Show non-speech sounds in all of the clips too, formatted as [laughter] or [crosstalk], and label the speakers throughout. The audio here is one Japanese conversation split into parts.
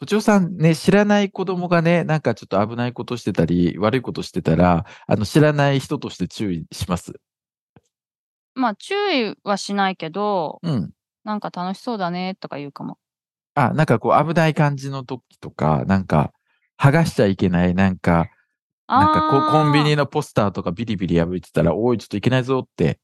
Speaker 1: とちおさんね、知らない子供がね、なんかちょっと危ないことしてたり、悪いことしてたら、あの、知らない人として注意します。
Speaker 2: まあ注意はしないけど
Speaker 1: うん。
Speaker 2: なんか楽しそうだねとか言うかも
Speaker 1: あ、なんかこう、危ない感じの時とか、なんか、剥がしちゃいけない、なんか、なんかこう、コンビニのポスターとかビリビリ破いてたら、おい、ちょっといけないぞって。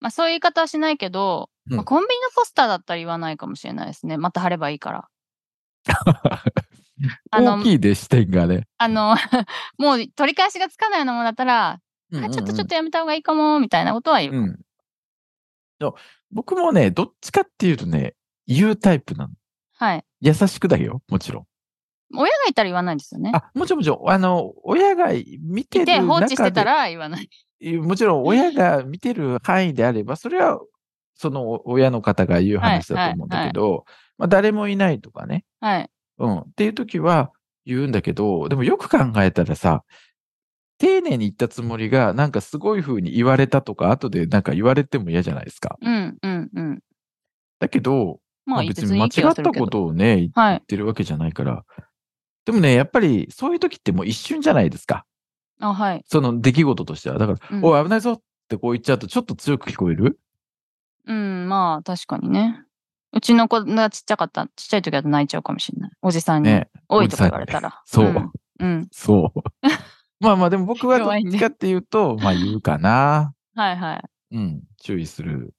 Speaker 3: まあそういう言い方はしないけど、
Speaker 1: うん
Speaker 3: まあコンビニのポスターだったら言わないかもしれないですね。また貼ればいいから。あの
Speaker 1: 大きいで視点がね。
Speaker 3: あの、 [laughs] もう取り返しがつかないようなものだったら、あちょっとちょっとやめた方がいいかも、みたいなことは言う。
Speaker 1: うん。でも僕もね、どっちかっていうとね、言うタイプなの。
Speaker 3: はい。
Speaker 1: 優しくだよ、もちろん。
Speaker 3: 親がいたら言わないですよね。
Speaker 1: あ、もちろん、もちろん、あの、親が見てる
Speaker 3: い
Speaker 1: 中で、
Speaker 3: て放置してたら言わない。
Speaker 1: いもちろん親が見てる範囲であれば、それは、そのお親の方が言う話だと思うんだけど、まあ、誰もいないとかね、
Speaker 3: はい。
Speaker 1: うん、っていう時は言うんだけど、でもよく考えたらさ、丁寧に言ったつもりが、なんかすごい風に言われたとか、後でなんか言われても嫌じゃないですか。
Speaker 3: うん、うん、うん。
Speaker 1: だけど、
Speaker 3: まあ
Speaker 1: まあ別
Speaker 3: 別
Speaker 1: に
Speaker 3: に
Speaker 1: 間
Speaker 3: い
Speaker 1: 違
Speaker 3: い気が
Speaker 1: っ
Speaker 3: す
Speaker 1: た
Speaker 3: るけ
Speaker 1: こ
Speaker 3: ど。
Speaker 1: とをね、言っ
Speaker 3: はい。
Speaker 1: てるわけじゃないから。でもね、やっぱりそういう時ってもう一瞬じゃないですか。
Speaker 3: あ、はい。
Speaker 1: その出来事としては。だから、
Speaker 3: うん
Speaker 1: おい、危ないぞってこう言っちゃうと、ちょっと強く聞こえる
Speaker 3: うん、まあ確かにね。うちの子がちっちゃかった、ちっちゃい時だと泣いちゃうかもしれない。おじさんに、
Speaker 1: ね。
Speaker 3: おいとか言われたら。
Speaker 1: そう。
Speaker 3: んうん。
Speaker 1: [laughs] そう。まあまあ、でも僕はどっ
Speaker 3: 弱いね
Speaker 1: ちかっていうと、
Speaker 3: [laughs]
Speaker 1: まあ言うかな。
Speaker 3: はいはい。
Speaker 1: うん。注意する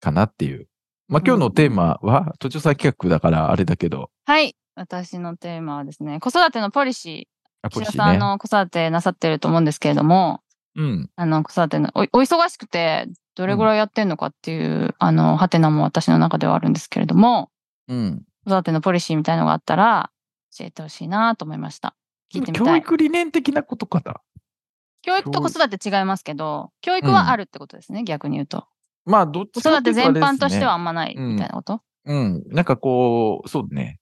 Speaker 1: かなっていう。まあ今日のテーマは、途中さん企画だからあれだけど、
Speaker 3: はい。私のテーマはですね、子育てのポリシ
Speaker 1: あ、
Speaker 3: ー。
Speaker 1: ポリ
Speaker 3: 岸田
Speaker 1: シ
Speaker 3: さん、
Speaker 1: ー
Speaker 3: あ
Speaker 1: ね。
Speaker 3: の、子育てなさってると思うんですけれども、
Speaker 1: うん。
Speaker 3: あの、子育てのお、お忙しくて、どれぐらいやってんのかっていう、あの、ハテナも私の中ではあるんですけれども、
Speaker 1: うん。
Speaker 3: 子育てのポリシーみたいのがあったら、教えてほしいなと思いました。聞いてみ
Speaker 1: 教
Speaker 3: たい。教育
Speaker 1: 育理念的なことかな。
Speaker 3: と子育て違いますけど、教育はあるってことですね、逆に言うと。
Speaker 1: まあ、どっ
Speaker 3: 子
Speaker 1: ちか
Speaker 3: 育
Speaker 1: ってい
Speaker 3: て
Speaker 1: うとあ
Speaker 3: 全
Speaker 1: れですね
Speaker 3: 般としてはあんまないみたいなこと、
Speaker 1: うん。なんかこう、そうね。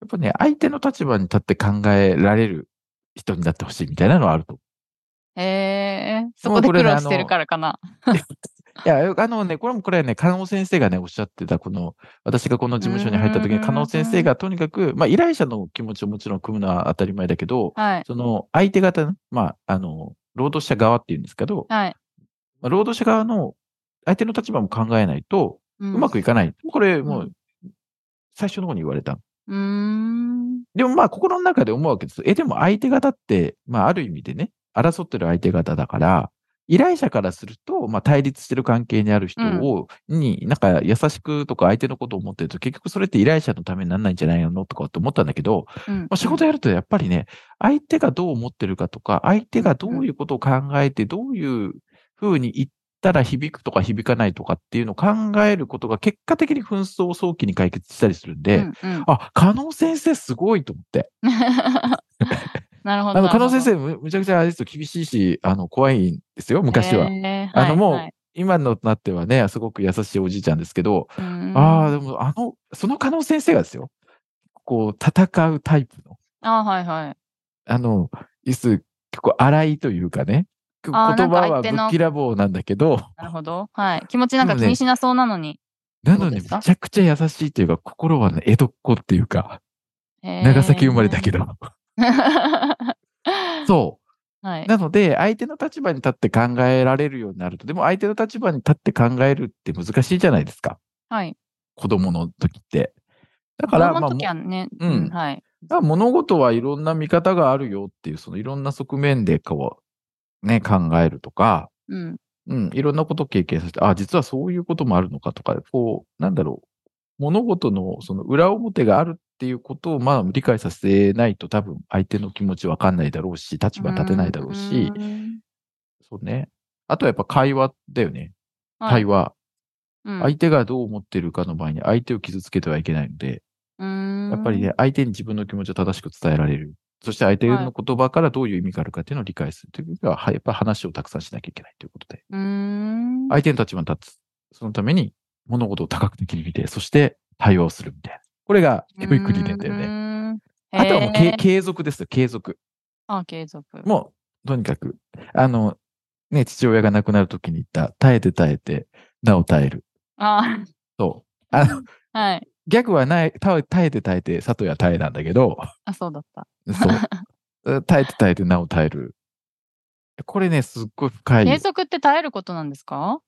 Speaker 1: やっぱね、相手の立場に立って考えられる人になってほしいみたいなのはあると。
Speaker 3: へえ、そ
Speaker 1: も
Speaker 3: こ
Speaker 1: う
Speaker 3: で
Speaker 1: これ
Speaker 3: 苦
Speaker 1: ね
Speaker 3: 労してるからかな。
Speaker 1: いや、あのね、これもこれはね、加納先生がね、おっしゃってた、この、私がこの事務所に入った時
Speaker 3: う
Speaker 1: に、
Speaker 3: ん
Speaker 1: 加納先生がとにかく、まあ、依頼者の気持ちをもちろん組むのは当たり前だけど、
Speaker 3: はい。
Speaker 1: その、相手方の、まあ、あの、労働者側っていうんですけど、
Speaker 3: はい。
Speaker 1: まあ労働者側の相手の立場も考えないと、
Speaker 3: う
Speaker 1: うまくいかない。これ、も
Speaker 3: う
Speaker 1: う、最初の方に言われた。
Speaker 3: うーん。
Speaker 1: でもまあ心の中で思うわけです。え、でも相手方って、まあある意味でね、争ってる相手方だから、依頼者からすると、まあ対立してる関係にある人を、に、なんか優しくとか相手のことを思ってると、結局それって依頼者のためにならないんじゃないのとかって思ったんだけど、
Speaker 3: うん
Speaker 1: まあ、仕事やるとやっぱりね、相手がどう思ってるかとか、相手がどういうことを考えて、どういうふうに言ったら響くとか響かないとかっていうのを考えることが結果的に紛争を早期に解決したりするんで、
Speaker 3: うんうん、
Speaker 1: あ、加納先生すごいと思って。
Speaker 3: [laughs] なるほど。
Speaker 1: あの、加納先
Speaker 3: 生、
Speaker 1: 生む、むちゃくちゃあれですよ、厳しいし、あの、怖いんですよ、昔は。
Speaker 3: へー
Speaker 1: あのもう
Speaker 3: はい
Speaker 1: 今のなってはね、すごく優しいおじいちゃんですけど、ああ、
Speaker 3: はい
Speaker 1: でも、あの、その加納先生がですよ、こう、戦うタイプの、
Speaker 3: ああー、はいはい。
Speaker 1: あの、いつ、結構荒いというかね、結
Speaker 3: あ
Speaker 1: 構
Speaker 3: ー
Speaker 1: 言葉
Speaker 3: なんか
Speaker 1: はぶ
Speaker 3: 相手
Speaker 1: っ
Speaker 3: の
Speaker 1: きらぼうなんだけど、
Speaker 3: なるほど。はい。気持ちなんか
Speaker 1: で
Speaker 3: 気
Speaker 1: もね
Speaker 3: にしなそうなのに。
Speaker 1: なのに
Speaker 3: そうで
Speaker 1: め
Speaker 3: すか
Speaker 1: ちゃくちゃ優しいというか、心はね、江戸っ子っていうか、
Speaker 3: へー
Speaker 1: 長崎生まれだけ。
Speaker 3: [laughs]
Speaker 1: ど、そう。
Speaker 3: はい。
Speaker 1: なので、相手の立場に立って考えられるようになると、でも相手の立場に立って考えるって難しいじゃないですか。
Speaker 3: はい。
Speaker 1: 子供の時って。だか
Speaker 3: 子
Speaker 1: ら、
Speaker 3: 供
Speaker 1: ま
Speaker 3: の
Speaker 1: あ、も
Speaker 3: 時はね、
Speaker 1: うん
Speaker 3: はい。
Speaker 1: だから物事はいろんな見方があるよっていう、そのいろんな側面でこう、ね、考えるとか、
Speaker 3: うん。
Speaker 1: うん、いろんなことを経験させて、あ、実はそういうこともあるのかとか、こう、なんだろう、物事のその裏表があるっていうことを、まあ、理解させないと多分相手の気持ちわかんないだろうし、立場立てないだろうし、
Speaker 3: ーん。
Speaker 1: そうね。あとはやっぱ会話だよね。
Speaker 3: は
Speaker 1: 対
Speaker 3: い。
Speaker 1: 話。
Speaker 3: うん
Speaker 1: 相手がどう思ってるかの場合に相手を傷つけてはいけないので、やっぱりね、相手に自分の気持ちを正しく伝えられる。そして相手の言葉からどういう意味があるかっていうのを理解するという意味では、はやっぱり話をたくさんしなきゃいけないということで、
Speaker 3: うーん。
Speaker 1: 相手の立場に立つ。そのために物事を多角的に見て、そして対応するみたいな。これがエブリック理念だよね。
Speaker 3: ね。
Speaker 1: あとはもう
Speaker 3: へ
Speaker 1: け
Speaker 3: ー
Speaker 1: 継続ですよ、継続。
Speaker 3: あ、継続。
Speaker 1: もう、とにかく、あの、ね、父親が亡くなるときに言った、耐えて耐えて、なお耐える。 [laughs]
Speaker 3: あ、
Speaker 1: そう。あの、
Speaker 3: はい。
Speaker 1: 逆はない、耐え耐えて耐えて、里は耐えなんだけど、
Speaker 3: あ、そうだった。
Speaker 1: そう。 [laughs] 耐えて耐えてなお耐える。これね、すっごい深
Speaker 3: 継
Speaker 1: い。
Speaker 3: 続って耐えることなんですか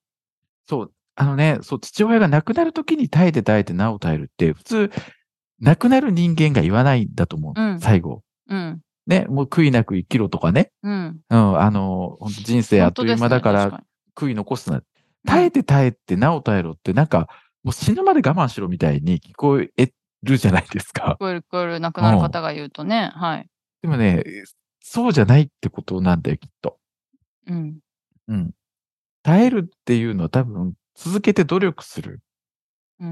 Speaker 1: そう。あのね、そう、父親が亡くなるときに耐えて耐えてなお耐えるって、普通、亡くなる人間が言わないんだと思う。
Speaker 3: うん
Speaker 1: 最後。
Speaker 3: うん。
Speaker 1: ね、もう悔いなく生きろとかね。
Speaker 3: うん。
Speaker 1: うん、あの、本当人生あっという間だから、
Speaker 3: 本当ですね
Speaker 1: 悔い残すな。
Speaker 3: 確か
Speaker 1: 耐
Speaker 3: に
Speaker 1: えて耐えてなお耐えろって、なんか、もう死ぬまで我慢しろみたいに聞こえるじゃないですか
Speaker 3: 聞。こえる聞こえる亡くなる方が言うとね、はい。
Speaker 1: でもね、そうじゃないってことなんだよ、きっと。
Speaker 3: うん。
Speaker 1: うん。耐えるっていうのは多分、続けて努力する
Speaker 3: うー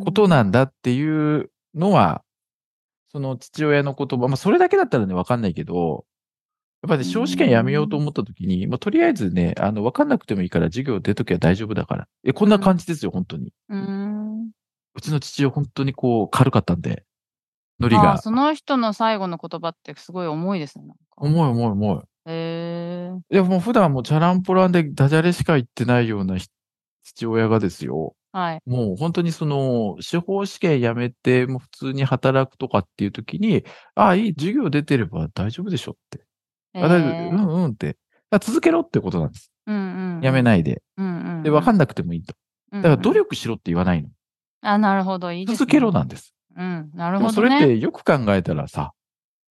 Speaker 3: ん
Speaker 1: ことなんだっていうのは、その父親の言葉、まあそれだけだったらね、わかんないけど、やっぱね、少子圏やめようと思った時に、まあとりあえずね、あの、わかんなくてもいいから授業出ときは大丈夫だから。え、こんな感じですよ、本当に。
Speaker 3: うーん。
Speaker 1: うちの父親本当にこう、軽かったんで、ノリ
Speaker 3: あ
Speaker 1: が。
Speaker 3: その人の最後の言葉ってすごい重いですね。なんか
Speaker 1: 重い重い重い。
Speaker 3: へえ。
Speaker 1: いや、もう普段もうチャランポランでダジャレしか言ってないようなひ父親がですよ。
Speaker 3: はい。
Speaker 1: もう本当にその、司法試験やめて、もう普通に働くとかっていう時に、ああ、いい、授業出てれば大丈夫でしょって。
Speaker 3: へ
Speaker 1: あ大丈
Speaker 3: ー
Speaker 1: 夫、うんうんって。だから続けろってことなんです。
Speaker 3: うんうん。
Speaker 1: やめ
Speaker 3: い。
Speaker 1: ないで。
Speaker 3: うんうん。
Speaker 1: で、わか
Speaker 3: ん
Speaker 1: んなくてもいいと。
Speaker 3: だ
Speaker 1: だから努力しろって言わないの。
Speaker 3: あ、なるほど。いいです、ね。
Speaker 1: 続けろなんです。
Speaker 3: うん。な
Speaker 1: で
Speaker 3: る
Speaker 1: も
Speaker 3: ほ
Speaker 1: そ
Speaker 3: ど
Speaker 1: れっ
Speaker 3: ね。
Speaker 1: てよく考えたらさ、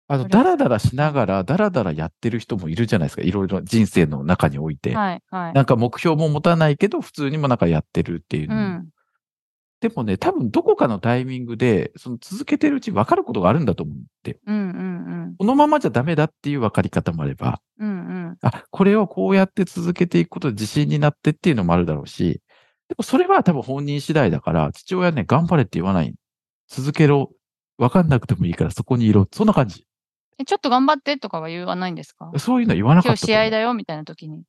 Speaker 1: あ
Speaker 3: そ
Speaker 1: の、
Speaker 3: れは
Speaker 1: だらだらしながら、だらだらやってる人もいるじゃないですか。いろいろ人生の中において。
Speaker 3: はい。はい。
Speaker 1: なんか目標も持たないけど、普通にもなんかやってるっていうの。
Speaker 3: うん。
Speaker 1: でもね、多分どこかのタイミングで、その続けてるうち分かることがあるんだと思って。
Speaker 3: うんうん
Speaker 1: このままじゃダメだっていう分かり方もあれば、
Speaker 3: うん。うん
Speaker 1: あ、これをこうやって続けていくことで自信になってっていうのもあるだろうし、でもそれは多分本人次第だから、父親ね、頑張れって言わない。続けろ。分かんなくてもいいからそこにいろ。そんな感じ。
Speaker 3: え、ちょっと頑張ってとかは言わないんですか
Speaker 1: そういうのは言わなか
Speaker 3: 今
Speaker 1: った
Speaker 3: 日
Speaker 1: と思
Speaker 3: 試
Speaker 1: う。
Speaker 3: 合だよみたいな時に。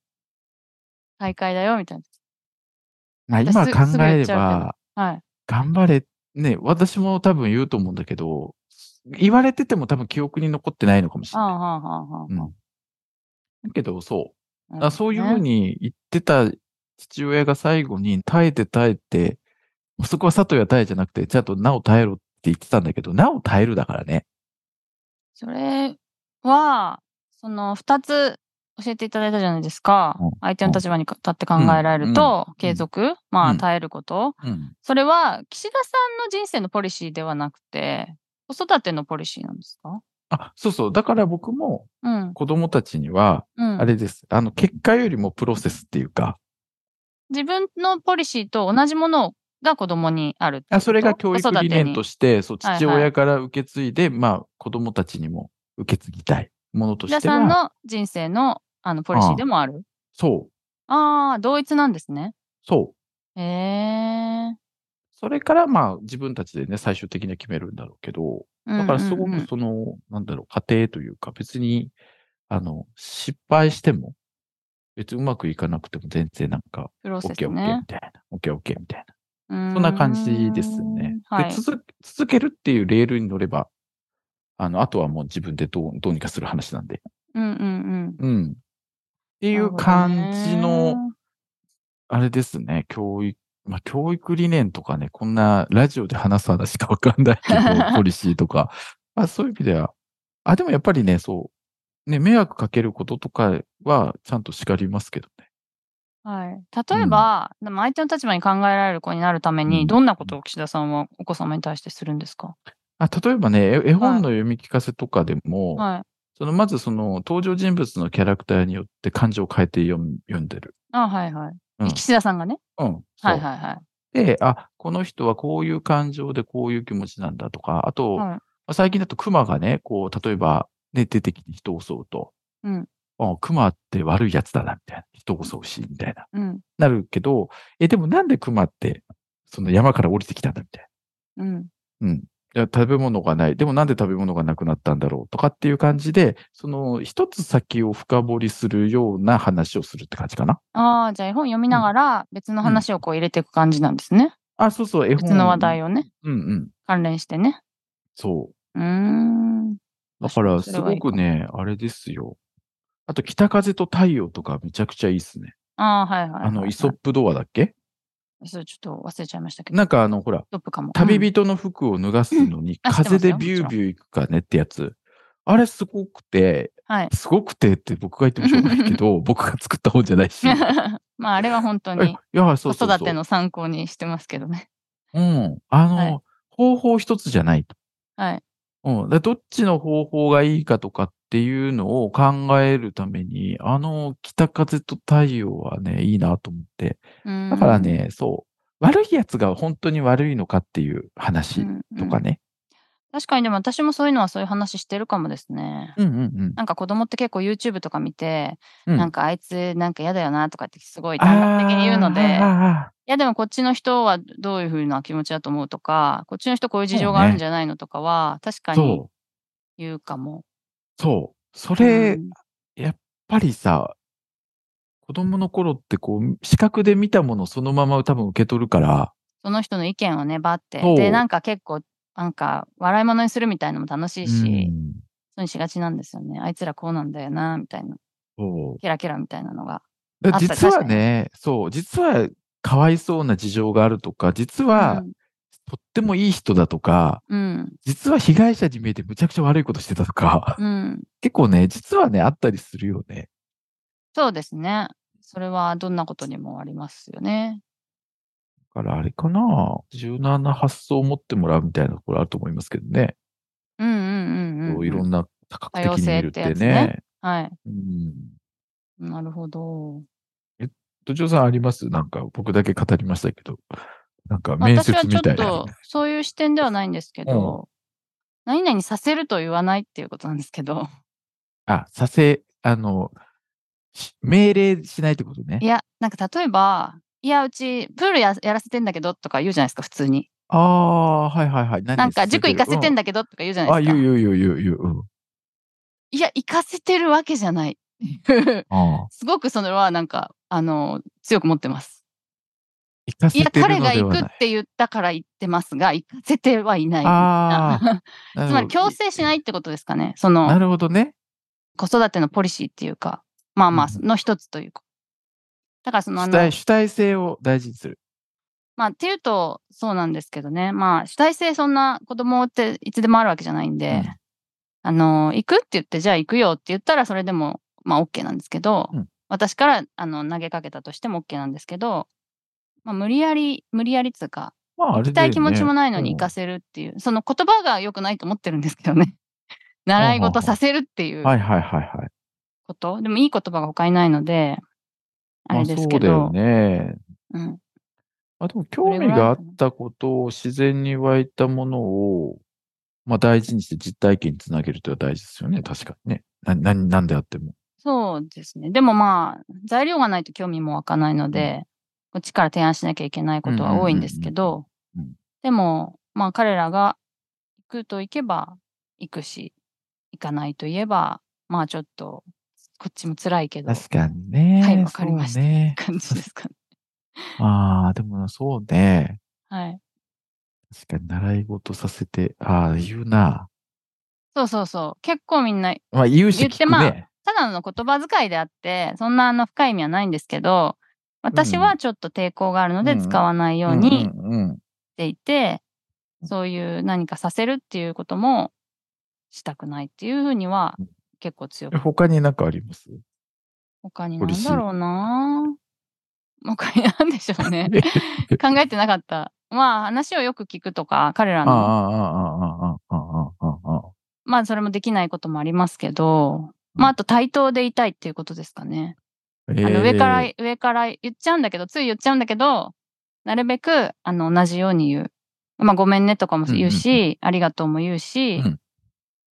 Speaker 3: 大会だよみたい
Speaker 1: まあ
Speaker 3: 私
Speaker 1: 今
Speaker 3: す
Speaker 1: 考えれ
Speaker 3: すぐ言っちゃうけ
Speaker 1: ば、
Speaker 3: な。はい。
Speaker 1: 頑張れ。ね、私も多分言うと思うんだけど、言われてても多分記憶に残ってないのかもしれ
Speaker 3: ああ、
Speaker 1: ない。
Speaker 3: はあ、はあ、は
Speaker 1: うんだけど、そう。
Speaker 3: あ。
Speaker 1: あそういうふうに言ってた父親が最後に耐えて耐えて、そこは里や耐えじゃなくて、ちゃんとなお耐えろって言ってたんだけど、なお耐えるだからね。
Speaker 3: それは、その二つ教えていただいたじゃないですか
Speaker 1: うん。
Speaker 3: 相手の立場に立って考えられると、継続、まあ耐えること。
Speaker 1: うん。
Speaker 3: それは、岸田さんの人生のポリシーではなくて、子育てのポリシーなんですか
Speaker 1: あ、そうそう。だから僕も
Speaker 3: うん。
Speaker 1: 子供たちには、
Speaker 3: うん。
Speaker 1: あれです。あの、結果よりもプロセスっていうか、
Speaker 3: 自分のポリシーと同じものが子供にあるってこと
Speaker 1: あそれが教育理念と
Speaker 3: 子
Speaker 1: して、そう、
Speaker 3: はいはい
Speaker 1: 父親から受け継いで、まあ、子供たちにも受け継ぎたいものと
Speaker 3: 育てに
Speaker 1: し
Speaker 3: 田
Speaker 1: て
Speaker 3: さん
Speaker 1: は、
Speaker 3: の人生のあのポリシーでもある。
Speaker 1: そう、
Speaker 3: ああ、同一なんですね。
Speaker 1: そう。
Speaker 3: へえ。
Speaker 1: それから、まあ、自分たちでね、最終的には決めるんだろうけど、だからすご
Speaker 3: うんうんう
Speaker 1: く
Speaker 3: ん
Speaker 1: その、なんだろう、家庭というか、別に、あの、失敗しても、別にうまくいかなくても全然なんか、
Speaker 3: プロ
Speaker 1: オ
Speaker 3: セ
Speaker 1: ッケ
Speaker 3: ス
Speaker 1: ーオッケー
Speaker 3: ね
Speaker 1: み。たいな、オッケーオッケーみたいな、
Speaker 3: そ
Speaker 1: そんな感じですね。
Speaker 3: はい
Speaker 1: で。続け、続けるっていうレールに乗れば、あの、あとはもう自分でどう、どうにかする話なんで。
Speaker 3: うんうんうん。っ
Speaker 1: うん。って
Speaker 3: て
Speaker 1: いう感じの、。あれですね、教育、まあ、教育理念とかね、こんなラジオで話す話しかわかんない
Speaker 3: [laughs]
Speaker 1: けど、ポリシーとか。まあ、そういう意味では。あ、でもやっぱりね、そう。ね、迷惑かけることとかは、ちゃんと叱りますけどね。
Speaker 3: はい。例えば、でも相手の立場に考えられる子になるため
Speaker 1: うん
Speaker 3: に、どんなことを岸田さんはお子様に対してするんですか
Speaker 1: あ例えばね、絵絵本の読み聞かせとかでも、
Speaker 3: はい。
Speaker 1: その、まずその、登場人物のキャラクターによって感情を変えて読ん読んでる。
Speaker 3: あはいはい。
Speaker 1: うん
Speaker 3: 岸田さんがね。
Speaker 1: うん。そう
Speaker 3: はいはいはい。
Speaker 1: で、あ、この人はこういう感情でこういう気持ちなんだとか、あと、
Speaker 3: はい
Speaker 1: まあ最近だと熊がね、こう、例えば、ね、出てきて人を襲うと、
Speaker 3: うん
Speaker 1: あ、熊って悪いやつだな、みたいな。人を襲うし、みたいな。
Speaker 3: うん。
Speaker 1: なるけど、え、でもなんで熊って、その山から降りてきたんだ、みたい
Speaker 3: うん。
Speaker 1: な。うん。いや食べ物がない。でもなんで食べ物がなくなったんだろうとかっていう感じで、その一つ先を深掘りするような話をするって感じかな。
Speaker 3: ああ、じゃあ絵本読みながら別の話をこう入れていく感じなんですね。
Speaker 1: あ、そうそう、絵本。
Speaker 3: 別の話題をね、
Speaker 1: うんうん。
Speaker 3: 関連してね。
Speaker 1: そう
Speaker 3: ーん。
Speaker 1: う。だから、
Speaker 3: そ
Speaker 1: す
Speaker 3: れはい
Speaker 1: ご
Speaker 3: いかも
Speaker 1: くね、あれですよ。あと、北風と太陽とかめちゃくちゃいいっすね。
Speaker 3: ああ、はいはいはい、
Speaker 1: あの、イソップドアだっけ
Speaker 3: そう、ちょっと忘れちゃいましたけど。
Speaker 1: なんかあの、ほら、
Speaker 3: トップかも。
Speaker 1: 旅
Speaker 3: うん
Speaker 1: 人の服を脱がすのに、
Speaker 3: あ知ってますよ
Speaker 1: 風でビュービューいくかねってやつ。あれすごくて、
Speaker 3: はい。 [laughs]
Speaker 1: すごくてって僕が言ってもしょうがないけど、僕が作った本じゃないし。
Speaker 3: まあ、あれは本当
Speaker 1: えい
Speaker 3: に
Speaker 1: や、そ
Speaker 3: 子
Speaker 1: うそうそう。
Speaker 3: 育ての参考にしてますけどね。
Speaker 1: うん。あの、
Speaker 3: はい
Speaker 1: 方法一つじゃないと。
Speaker 3: はい。
Speaker 1: うん。だどっちの方法がいいかとかっていうのを考えるために、あの、北風と太陽はね、いいなと思って。
Speaker 3: うん
Speaker 1: だから、ね、そう。悪い奴が本当に悪いのかっていう
Speaker 3: う
Speaker 1: 話
Speaker 3: んうん
Speaker 1: とかね。
Speaker 3: 確かにでも私もそういうのはそういう話してるかもですね。
Speaker 1: うんうん
Speaker 3: なんか子供って結構 YouTube とか見て、
Speaker 1: うん。
Speaker 3: なん
Speaker 1: か、
Speaker 3: かあいつなんか嫌だよなとかってすごい短絡的に言うので、
Speaker 1: あー
Speaker 3: い
Speaker 1: あー
Speaker 3: やでもこっちの人はどういうふうな気持ちだと思うとか、こっちの人こういう事情があるんじゃないのとかは、確かに
Speaker 1: そ
Speaker 3: 言うかも。
Speaker 1: う、そう。それ、
Speaker 3: う
Speaker 1: やっ
Speaker 3: ん
Speaker 1: ぱりさ、子供の頃ってこう、視覚で見たものそのまま多分受け取るから、
Speaker 3: その人の意見をね、ばって。
Speaker 1: そう
Speaker 3: で、なんか結構、なんか笑い物にするみたいのも楽しいし、
Speaker 1: うん
Speaker 3: そういうのしがちなんですよね。あいつらこうなんだよな、みたいな。
Speaker 1: そう
Speaker 3: キラキラみたいなのが。
Speaker 1: だ
Speaker 3: あった
Speaker 1: 実はね、そう、実はかわいそうな事情があるとか、実はとってもいい人だとか、
Speaker 3: うん、
Speaker 1: 実は被害者に見えてむちゃくちゃ悪いことしてたとか、 [laughs]
Speaker 3: うん、うん。
Speaker 1: 結構ね、実はね、あったりするよね。
Speaker 3: そうですね。それはどんなことにもありますよね。
Speaker 1: だからあれかな、柔軟な発想を持ってもらうみたいなところあると思いますけどね。
Speaker 3: うんうんうん、
Speaker 1: こ
Speaker 3: う。
Speaker 1: うんいろんな多角的に見るって
Speaker 3: 多様性
Speaker 1: ね。
Speaker 3: ってやつはい。
Speaker 1: うん。
Speaker 3: なるほど。
Speaker 1: 土壌さんありますなんか、僕だけ語りましたけど。なんか、面
Speaker 3: 私
Speaker 1: 接
Speaker 3: はちょ
Speaker 1: み
Speaker 3: った
Speaker 1: い
Speaker 3: と
Speaker 1: な。、
Speaker 3: そういう視点ではないんですけど、何々させると言わないっていうことなんですけど、
Speaker 1: あ、させ、あの、し命令しないってことね
Speaker 3: い。や、なんか例えば、いや、うち、プールややらせてんだけどとか言うじゃないですか、普通に。
Speaker 1: ああ、はいはいはい。
Speaker 3: なんか、塾行かせてん
Speaker 1: だ
Speaker 3: だけどとか言うじゃ
Speaker 1: け
Speaker 3: ないです
Speaker 1: あ、
Speaker 3: か。
Speaker 1: 言う言う言う言う言う。うん
Speaker 3: いや、行かせてるわけじゃない [laughs] っていう。
Speaker 1: ああ
Speaker 3: すごくそれはなんか、あの、強く持ってます。
Speaker 1: 行か
Speaker 3: い
Speaker 1: せ
Speaker 3: や、
Speaker 1: てる
Speaker 3: 彼
Speaker 1: の
Speaker 3: が
Speaker 1: で
Speaker 3: 行
Speaker 1: は
Speaker 3: く
Speaker 1: な
Speaker 3: っ
Speaker 1: い。
Speaker 3: て言ったから行ってますが、行かせてはいない。
Speaker 1: あ。
Speaker 3: [laughs] つまり強制しないいってことですかね。そ
Speaker 1: な
Speaker 3: の、
Speaker 1: るほどね。
Speaker 3: 子育てのポリシーっていうか、まあまあ、
Speaker 1: うん
Speaker 3: の一つというか。だからその、あ
Speaker 1: 主
Speaker 3: の
Speaker 1: 体、、主体性を大事にする。
Speaker 3: まあ、っていうと、そうなんですけどね。まあ、主体性そんな子供っていつでもあるわけじゃないんで、
Speaker 1: うん
Speaker 3: あの、行くって言って、じゃあ行くよって言ったら、それでも、まあ、OK なんですけど、
Speaker 1: うん
Speaker 3: 私から、あの、投げかけたとしても OK なんですけど、まあ、無理やり、無理やりっつうか、
Speaker 1: まあ、あ
Speaker 3: 行
Speaker 1: れ
Speaker 3: き
Speaker 1: だ
Speaker 3: た
Speaker 1: よ
Speaker 3: い
Speaker 1: ね
Speaker 3: 気持ちもないのに
Speaker 1: う
Speaker 3: 行
Speaker 1: ん
Speaker 3: かせるっていう、その言葉が良くないと思ってるんですけどね。 [laughs] 習い事させるっていう
Speaker 1: はいはいはいはい。
Speaker 3: こと。でもいい言葉が他にないので、
Speaker 1: ま
Speaker 3: あれ
Speaker 1: あ、
Speaker 3: で
Speaker 1: そ
Speaker 3: すけ
Speaker 1: うだよ
Speaker 3: ど。
Speaker 1: ね。
Speaker 3: うん
Speaker 1: まあでも
Speaker 3: れ
Speaker 1: 興
Speaker 3: ぐらい
Speaker 1: 味があったことを自然に湧いたものを、まあ大事にして実体験につなげるというのは大事ですよね。確かにね。な、な、なんであっても。
Speaker 3: そうですね。でもまあ、材料がないと興味も湧かないので、こっちから提案しなきゃいけないことは多いんですけど
Speaker 1: うんうんうんうんうん、
Speaker 3: でも、まあ彼らが行くと行けば行くし、行かないといえば、まあちょっと、こっちも辛いけど、
Speaker 1: 確かにね。
Speaker 3: はいわかりまし
Speaker 1: そ
Speaker 3: た
Speaker 1: うね。
Speaker 3: 感じですかね。
Speaker 1: ああ、でもそうね。
Speaker 3: はい。
Speaker 1: 確かに習い事させて、ああ、言うな。
Speaker 3: そうそうそう。結構みんな、
Speaker 1: まあ言うし
Speaker 3: 言
Speaker 1: 聞
Speaker 3: っ
Speaker 1: く
Speaker 3: て
Speaker 1: ね。
Speaker 3: まあただの言葉遣いであって、そんなあの深い意味はないんですけど、私はちょっと抵抗があるので
Speaker 1: うん
Speaker 3: 使わないよう
Speaker 1: うん
Speaker 3: に
Speaker 1: うんうん
Speaker 3: していて、そういう何かさせるっていうこともしたくないっていうふうには
Speaker 1: うん
Speaker 3: 結構強
Speaker 1: え
Speaker 3: く。
Speaker 1: 他に何かあります
Speaker 3: 他に
Speaker 1: ポ
Speaker 3: 何
Speaker 1: リシー
Speaker 3: だろうな他に何でしょうね。 [laughs] 考えてなかった。まあ話をよく聞くとか、彼ら
Speaker 1: ああ、
Speaker 3: の、
Speaker 1: ああ、ああ、ああ、ああ、ああ。
Speaker 3: まあそれもできないこともありますけど、まああと対等でいたいっていうことですかね。
Speaker 1: あ
Speaker 3: あの
Speaker 1: の
Speaker 3: 上から、上から言っちゃうんだけど、つい言っちゃうんだけど、なるべく、あの、同じように言う。まあ、ごめんねとかも言うし、
Speaker 1: うんう
Speaker 3: ありがとうも言うし、
Speaker 1: うん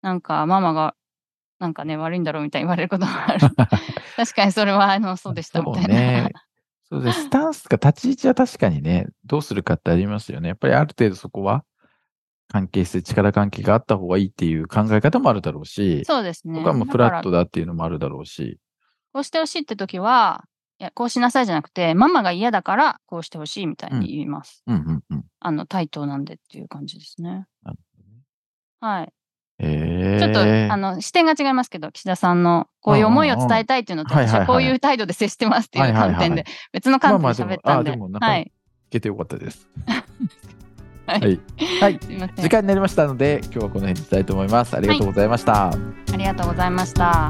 Speaker 3: なんか、ママが、なんかね、悪いんだろうみたいに言われることも
Speaker 1: [laughs]
Speaker 3: ある。確かにそれは、あの、そうでしたみたいな。
Speaker 1: そうね。そうです。スタンスとか立ち位置は確かにね、どうするかってありますよね。やっぱりある程度そこは関係性、力関係があった方がいいっていう考え方もあるだろうし、
Speaker 3: そうですね。
Speaker 1: 僕はもうフ
Speaker 3: だ
Speaker 1: ラ
Speaker 3: から
Speaker 1: ットだっていうのもあるだろうし、
Speaker 3: こうしてほしいって時は、いや、こうしなさいじゃなくて、ママが嫌だからこうしてほしいみたいに言います。
Speaker 1: うんうんうん。
Speaker 3: あの、対等なんでっていう感じですね。
Speaker 1: なる
Speaker 3: はい。
Speaker 1: ええ
Speaker 3: ちょっと、あの、視点が違いますけど、岸田さんのこういう思いを伝えたいっていうのと、
Speaker 1: うんうんうん
Speaker 3: 私はこ
Speaker 1: は
Speaker 3: う
Speaker 1: いはい
Speaker 3: い
Speaker 1: は
Speaker 3: う態度で接してますっていう観
Speaker 1: はいはい
Speaker 3: 点
Speaker 1: は
Speaker 3: で
Speaker 1: い、
Speaker 3: 別の観点
Speaker 1: まあ
Speaker 3: で
Speaker 1: まあでも
Speaker 3: 喋ったん
Speaker 1: あ
Speaker 3: で
Speaker 1: でも。なんか
Speaker 3: はい。
Speaker 1: 聞けてよかったです。
Speaker 3: は
Speaker 1: は
Speaker 3: い
Speaker 1: い。はい
Speaker 3: すいませ
Speaker 1: 時
Speaker 3: ん。
Speaker 1: 間になりましたので、今日はこの辺にしたいと思います。ありがとうございました。
Speaker 3: ありがとうございました。